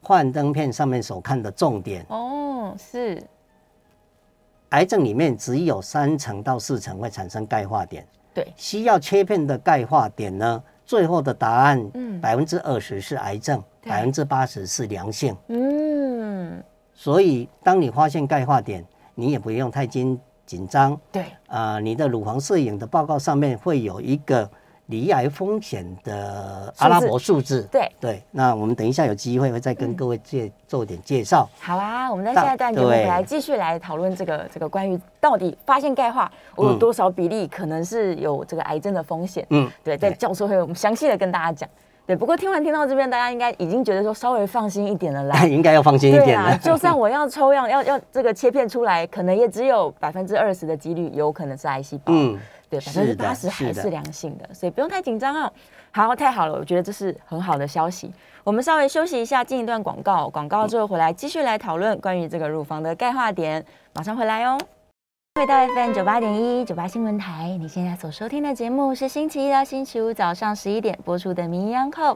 C: 幻灯片上面所看的重点，
B: 哦，是
C: 癌症里面只有三成到四成会产生钙化点。
B: 对，
C: 需要切片的钙化点呢，最后的答案，
B: 嗯
C: 百分之二十是癌症，
B: 对
C: 百分之八十是良性。
B: 嗯，
C: 所以，当你发现钙化点，你也不用太紧紧张。
B: 对，
C: 啊、你的乳房摄影的报告上面会有一个罹癌风险的阿拉伯数字。
B: 对
C: 对，那我们等一下有机会会再
B: 嗯
C: 跟各位介、做点介绍。
B: 好啊，我们在
C: 大
B: 下一段节目回
C: 对
B: 来继续来讨论这个这个关于到底发现钙化，我有
C: 嗯
B: 多少比例可能是有这个癌症的风险？
C: 嗯，
B: 对，在教授会我们详细的跟大家讲。对，不过听完听到这边，大家应该已经觉得说稍微放心一点了啦。
C: 应该要 放心一
B: 对
C: 点
B: 啊
C: 了。，
B: 就算我要抽样，要要这个切片出来，可能也只有百分之二十的几率有可能是癌细胞。
C: 嗯
B: 对，百分之
C: 是的
B: 八十还
C: 是的
B: 是良性的，所以不用太紧张哦。好，太好了，我觉得这是很好的消息。我们稍微休息一下，进一段广告，广告之后回来继续来讨论关于这个乳房的钙化点，马上回来哦。回到 FM 九八点一九八新闻台，你现在所收听的节目是星期一到星期五早上十一点播出的《名医央叩》，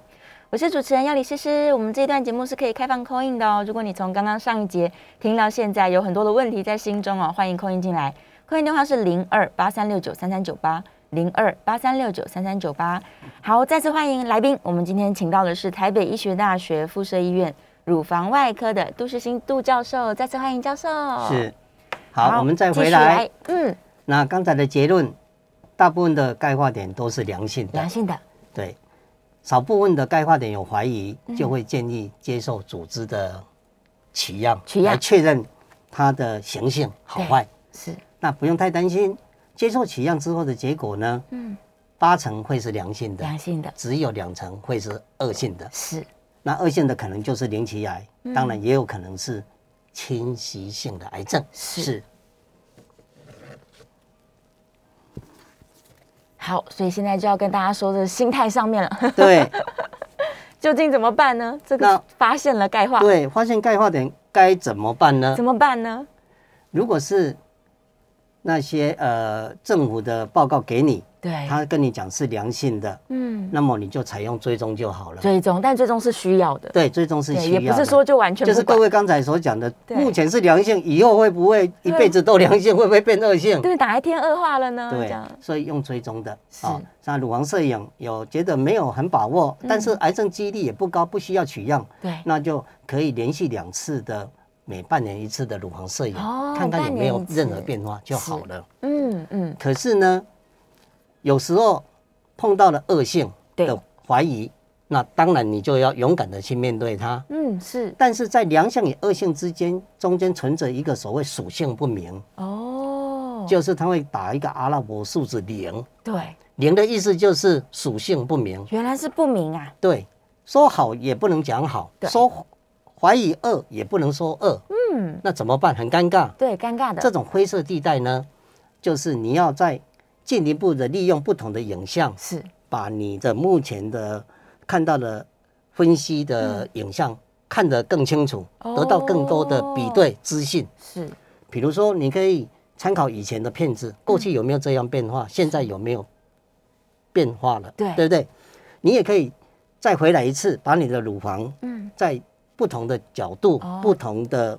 B: 我是主持人要李诗诗。我们这一段节目是可以开放 call in 的哦，如果你从刚刚上一节听到现在有很多的问题在心中哦，欢迎 call in 进来。客运电话是零二八三六九三三九八。零二八三六九三三九八，好，再次欢迎来宾。我们今天请到的是台北医学大学附设医院乳房外科的杜世新杜教授，再次欢迎教授。
C: 是，好，我们再回来。，
B: 啊继续嗯，
C: 那刚才的结论，大部分的钙化点都是良性的
B: 良，性的，
C: 对，少部分的钙化点有怀疑，
B: 嗯
C: 就会建议接受组织的取样，
B: 取样
C: 来确认它的形性好坏。
B: 是
C: 那不用太担心，接受取样之后的结果呢？嗯，八成会是良性的，
B: 良性的，
C: 只有两成会是恶性的。
B: 是
C: 那恶性的可能就是鳞奇癌，
B: 嗯
C: 当然也有可能是侵袭性的癌症。
B: 是好，所以现在就要跟大家说的心态上面了，
C: 对
B: 究竟怎么办呢？这个
C: 那
B: 发现了钙化，
C: 对，发现钙化点该怎么办呢
B: 啊怎？么办呢？
C: 如果是那些呃政府的报告给你，
B: 对，
C: 他跟你讲是良性的，
B: 哎嗯，
C: 那么你就采用追踪就好了。
B: 追踪，但追踪是需要的，
C: 对，追踪是
B: 对，
C: 需要
B: 也
C: 的。
B: 不是说就完全
C: 就是
B: 不管
C: 各位刚才所讲的，
B: 对啊
C: 目前是良性，以后会不会一辈子都良性，会不会变恶性？
B: 对，哪一天恶化了呢？这
C: 对
B: 样，
C: 所以用追踪的
B: 是
C: 啊。那乳房摄影有觉得没有很把握，
B: 嗯
C: 但是癌症几率也不高，不需要取样，
B: 对，
C: 那就可以连续两次的，每半年一次的乳房摄影，
B: 哦
C: 看看有没有
B: 半年一次
C: 任何变化就好了。
B: 嗯嗯，
C: 可是呢，有时候碰到了恶性
B: 对
C: 的怀疑，那当然你就要勇敢的去面对它。
B: 嗯是
C: 但是在良性与恶性之间，中间存着一个所谓属性不明，
B: 哦，
C: 就是它会打一个阿拉伯数字零，
B: 对，
C: 零的意思就是属性不明。
B: 原来是不明啊，
C: 对，说好也不能讲好
B: 对，
C: 说怀疑恶也不能说恶，
B: 嗯，
C: 那怎么办？很尴尬。
B: 对，尴尬的，
C: 这种灰色地带呢，就是你要在进一步的利用不同的影像，
B: 是
C: 把你的目前的看到的分析的影像、看得更清楚，得到更多的比对资讯。
B: 是，
C: 比如说，你可以参考以前的片子，过去有没有这样变化，现在有没有变化了，
B: 对
C: 对不对？你也可以再回来一次，把你的乳房
B: 嗯
C: 在不同的角度、
B: 哦
C: 不同的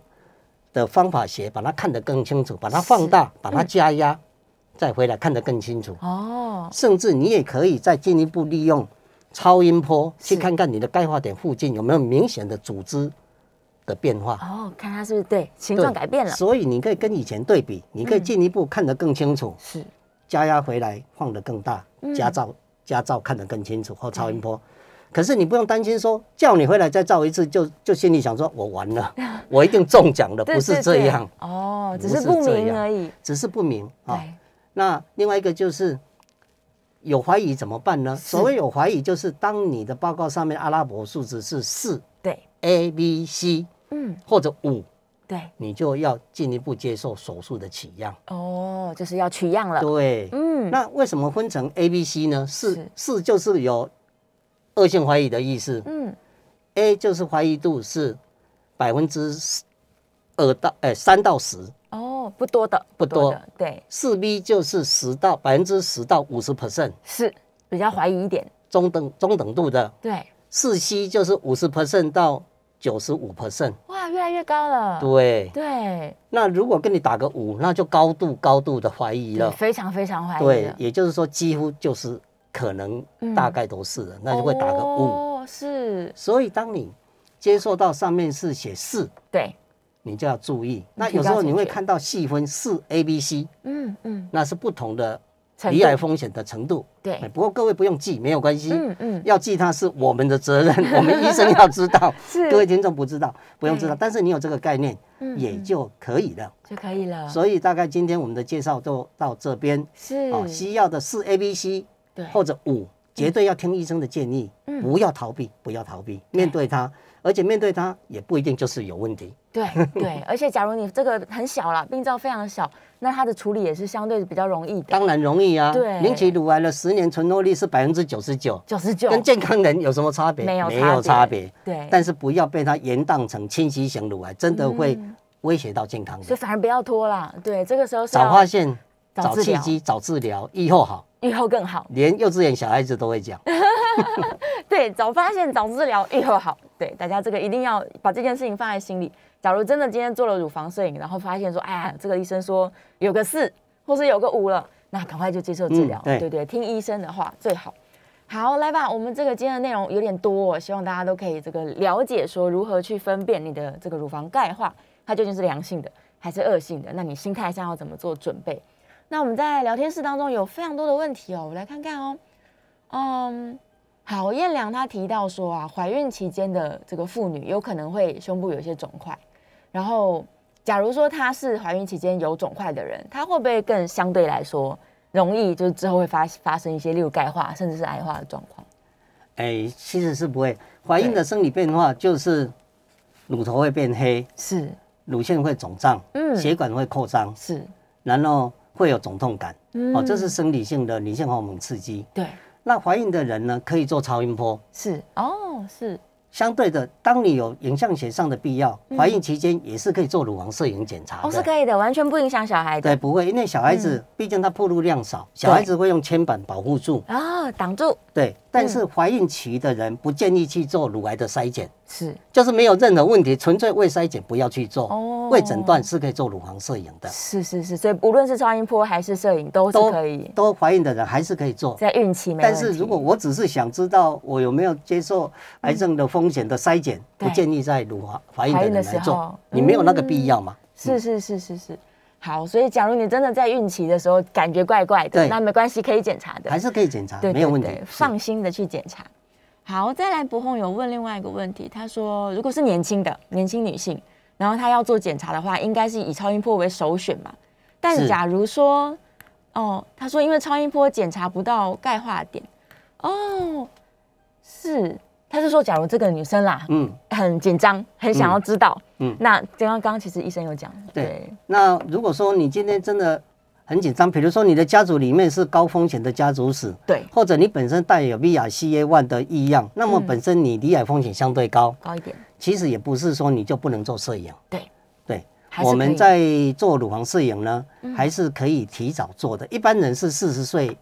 C: 的方法学，把它看得更清楚，把它放大，把它加压，再回来看得更清楚。
B: 哦，
C: 甚至你也可以再进一步利用超音波
B: 是
C: 去看看你的钙化点附近有没有明显的组织的变化。
B: 哦，看它是不是对形状
C: 对
B: 改变了，嗯
C: 所以你可以跟以前对比，你可以进一步看得更清楚，
B: 是
C: 加压回来放得更大，
B: 嗯
C: 加照加照看得更清楚或超音波。可是你不用担心说叫你回来再照一次，就就心里想说我完 了，我一定中奖了，
B: 对
C: 不是
B: 对
C: 这
B: 对
C: 样，
B: 哦， 只
C: 不
B: 是
C: 是
B: 不
C: 这
B: 明
C: 样
B: 而已，
C: 只是不明啊。
B: 对，
C: 那另外一个就是有怀疑怎么办呢？所谓有怀疑，就是当你的报告上面阿拉伯数字是四
B: 对，
C: A、B、C
B: 嗯，
C: 或者五，
B: 对，
C: 你就要进一步接受手术的取样。
B: 哦，就是要取样了，
C: 对，
B: 嗯，
C: 那为什么分成 A、B、C 呢？
B: 是
C: 是是就是有恶性怀疑的意思
B: 嗯，
C: ，A 就是怀疑度是百分之二到哎三到十，
B: 哦，不多的，
C: 不多
B: 的，对，
C: 四 B 就是十到百分之十到五十 percent
B: 是比较怀疑一点，
C: 中等中等度的，
B: 对，
C: 四 C 就是五十 percent 到九十五 percent。
B: 哇，越来越高了，
C: 对，
B: 对，
C: 那如果跟你打个五，那就高度高度的怀疑
B: 对，
C: 了。
B: 非常非常怀疑
C: 对
B: 了，，嗯
C: 也就是说几乎就是可能大概都是的，那就会打个五、
B: 哦，是，
C: 所以当你接受到上面是写四，
B: 对，
C: 你就要注意。那
B: 提高
C: 有时候
B: 警
C: 你会
B: 觉
C: 看到细分四 A、B、C，
B: 嗯嗯，
C: 那是不同的
B: 程
C: 罹癌
B: 度
C: 风险的程度。
B: 对
C: 哎不过各位不用记，没有关系。
B: 嗯嗯
C: 要记它是我们的责任， 我们医生要知道。
B: 是
C: 各位听众不知道，不用知道，
B: 对
C: 但是你有这个概念
B: 嗯
C: 也就可以了。
B: 就可以了，
C: 所以大概今天我们的介绍就到这边。
B: 是
C: 啊，西药的四 A、B、C
B: 对
C: 或者五，
B: 嗯
C: 绝对要听医生的建议，不要逃避，不要逃避，面对它，而且面对它也不一定就是有问题。
B: 对对，而且假如你这个很小啦，病灶非常小，那它的处理也是相对比较容易的，
C: 当然容易啊，
B: 对
C: 引起乳癌的十年存活率是百分之九十九，
B: 九十九
C: 跟健康人有什么差别？
B: 没有
C: 差别。
B: 对，
C: 但是不要被它延宕成侵袭型乳癌，真的会威胁到健康
B: 嗯所以
C: 的。
B: 反而不要拖啦，对，这个时候是
C: 早
B: 要
C: 发现、
B: 早
C: 早
B: 治
C: 契
B: 疗
C: 机、早治疗，以后好。
B: 愈后更好，
C: 连幼稚园小孩子都 会讲，
B: 对，早发现早治疗愈后好，对，大家这个一定要把这件事情放在心里。假如真的今天做了乳房摄影，然后发现说，哎呀，这个医生说有个四，或是有个五了，那赶快就接受治疗。
C: 嗯对
B: 对对，听医生的话最好。好，来吧，我们这个今天的内容有点多、哦，希望大家都可以这个了解说如何去分辨你的这个乳房钙化，它究竟是良性的还是恶性的，那你心态上要怎么做准备？那我们在聊天室当中有非常多的问题哦，我来看看哦。嗯，好，燕良她提到说啊，怀孕期间的这个妇女有可能会胸部有一些肿块，然后假如说她是怀孕期间有肿块的人，她会不会更相对来说容易就是之后会发发生一些例如钙化甚至是癌化的状况？
C: 哎，其实是不会。怀孕的生理变化就是乳头会变黑，
B: 是
C: 乳腺会肿胀，
B: 嗯
C: 血管会扩张，
B: 是，
C: 然后会有肿痛感。
B: 嗯
C: 哦，这是生理性的女性荷尔蒙刺激。
B: 对
C: 那怀孕的人呢，可以做超音波。
B: 是哦是
C: 相对的，当你有影像学上的必要，怀孕期间也是可以做乳房摄影检查的。
B: 嗯哦是可以的，完全不影响小孩
C: 对，
B: 的嗯
C: 不会，因为小孩子毕竟他暴露量少，小孩子会用铅板保护住。
B: 哦，挡住
C: 对，但是怀孕期的人不建议去做乳癌的筛检，
B: 是
C: 就是没有任何问题，纯粹未筛检不要去做
B: 哦，
C: 未诊断是可以做乳房摄影的，
B: 是是是，所以无论是超音波还是摄影都是可以。
C: 都怀孕的人还是可以做。
B: 在孕期没问
C: 但
B: 题，
C: 是如果我只是想知道我有没有接受癌症的风险的筛检，
B: 嗯对
C: 不建议在乳房怀孕的人
B: 怀孕的
C: 来
B: 时候嗯
C: 做，你没有那个必要嘛？嗯
B: 是是是是是，好，所以假如你真的在孕期的时候感觉怪怪的，
C: 对
B: 那没关系，可以检查的，
C: 还是可以检查，
B: 对
C: 没有
B: 对
C: 问题
B: 对。
C: 是
B: 放心的去检查。好，再来博宏有问另外一个问题，他说如果是年轻的年轻女性，然后她要做检查的话，应该是以超音波为首选嘛？但
C: 是
B: 假如说，哦，他说因为超音波检查不到钙化点，哦，是，他是说假如这个女生啦，
C: 嗯，
B: 很紧张，很想要知道。嗯
C: 嗯，
B: 那刚刚刚其实医生有讲，
C: 对那如果说你今天真的很紧张，比如说你的家族里面是高风险的家族史，
B: 对，
C: 或者你本身带有 BRCA1 的异样，那
B: 嗯
C: 么本身你离癌风险相对高，
B: 高一点，
C: 其实也不是说你就不能做摄影。
B: 对，
C: 对，
B: 还是
C: 我
B: 可
C: 们
B: 以嗯
C: 在做乳房摄影呢，还是可以提早做的。一般人是四十岁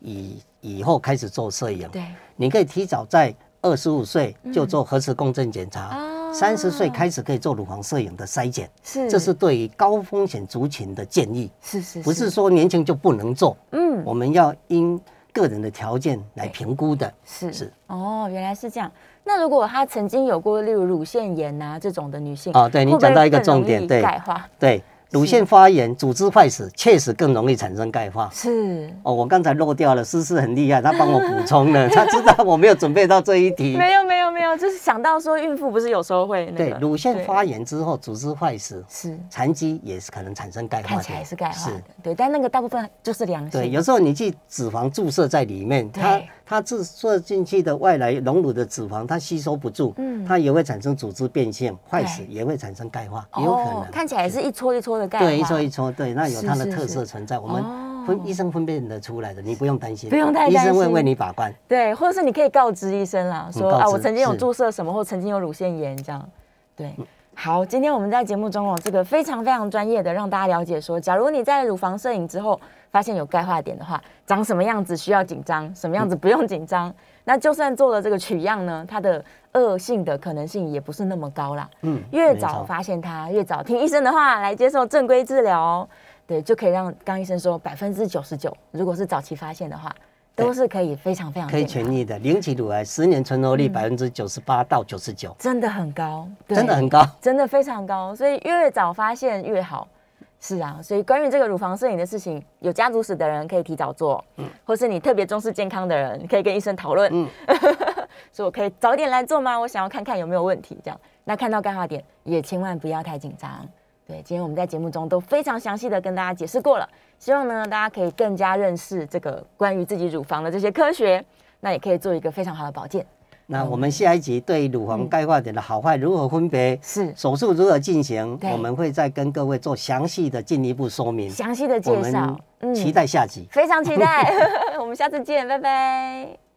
C: 以以后开始做摄影，
B: 对嗯
C: 你可以提早在二十五岁就做核磁共振检查
B: 哦，
C: 三十岁开始可以做乳房摄影的筛检。
B: 是，
C: 这是对于高风险族群的建议，
B: 是是
C: 不是说年轻就不能做。
B: 嗯
C: 我们要因个人的条件来评估的。
B: 是
C: 是
B: 哦，原来是这样。那如果她曾经有过例如乳腺炎啊这种的女性，
C: 哦对你
B: 会不会
C: 讲到一个
B: 更容
C: 重点
B: 易
C: 对
B: 钙化
C: 对，乳腺发炎、组织坏死，确实更容易产生钙化。
B: 是
C: 哦，我刚才漏掉了，思思很厉害，她帮我补充 了，她知道我没有准备到这一题。
B: 没有没有没有，就是想到说孕妇不是有时候会那
C: 对，
B: 个
C: 乳腺
B: 对
C: 发炎之后，组织坏死，
B: 是
C: 残疾也是可能产生钙化的。
B: 看起来是钙化
C: 是
B: 的，对，但那个大部分就是良
C: 对，
B: 性，
C: 有时候你去脂肪注射在里面，它
B: 对
C: 它注射进去的外来溶乳的脂肪，它吸收不住，
B: 嗯
C: 它也会产生组织变性、坏死，
B: 对
C: 也会产生钙化，
B: 哦
C: 也有可能。
B: 看起来是一撮一撮的钙化，
C: 对，一撮一撮，对，那有它的
B: 是是
C: 特
B: 是
C: 色存在，我们
B: 哦
C: 分医生分辨得出来的，你不用担心，
B: 不用太
C: 医
B: 担
C: 生会为
B: 心
C: 你把关。
B: 对，或者是你可以告知医生啦，说、
C: 嗯告
B: 啊，我
C: 知
B: 曾经有
C: 是嗯
B: 注射什么，或曾经有乳腺炎这样。对，好，今天我们在节目中哦，这个非常非常专业的让大家了解说，假如你在乳房摄影之后发现有钙化点的话，长什么样子需要紧张，什么样子不用紧张。那就算做了这个取样呢，它的恶性的可能性也不是那么高啦。
C: 嗯，
B: 越
C: 没
B: 早
C: 错
B: 发现它，越早听医生的话来接受正规治疗哦、对，就可以让刚医生说百分之九十九，如果是早期发现的话，都
C: 对
B: 是可以非常非常
C: 可以
B: 健康
C: 痊愈的，零期乳癌十年存活率百分之九十八到九十九，
B: 真的很高，嗯对
C: 真的很高。
B: 真的非常高，所以越早发现越好。是啊，所以关于这个乳房摄影的事情，有家族史的人可以提早做，或是你特别重视健康的人，可以跟医生讨 论。所以我可以早点来做吗？我想要看看有没有问题，这样。那看到钙化点也千万不要太紧张。对，今天我们在节目中都非常详细的跟大家解释过了，希望呢大家可以更加认识这个关于自己乳房的这些科学，那也可以做一个非常好的保健。
C: 那
B: 嗯
C: 我们下一集对乳房钙化点的好坏如何分别，
B: 是
C: 手术如何进行，
B: 对
C: 我们会再跟各位做详细的进一步说明。
B: 详细的
C: 我
B: 介绍，嗯
C: 们期待下集。
B: 非常期待，我们下次见，拜拜。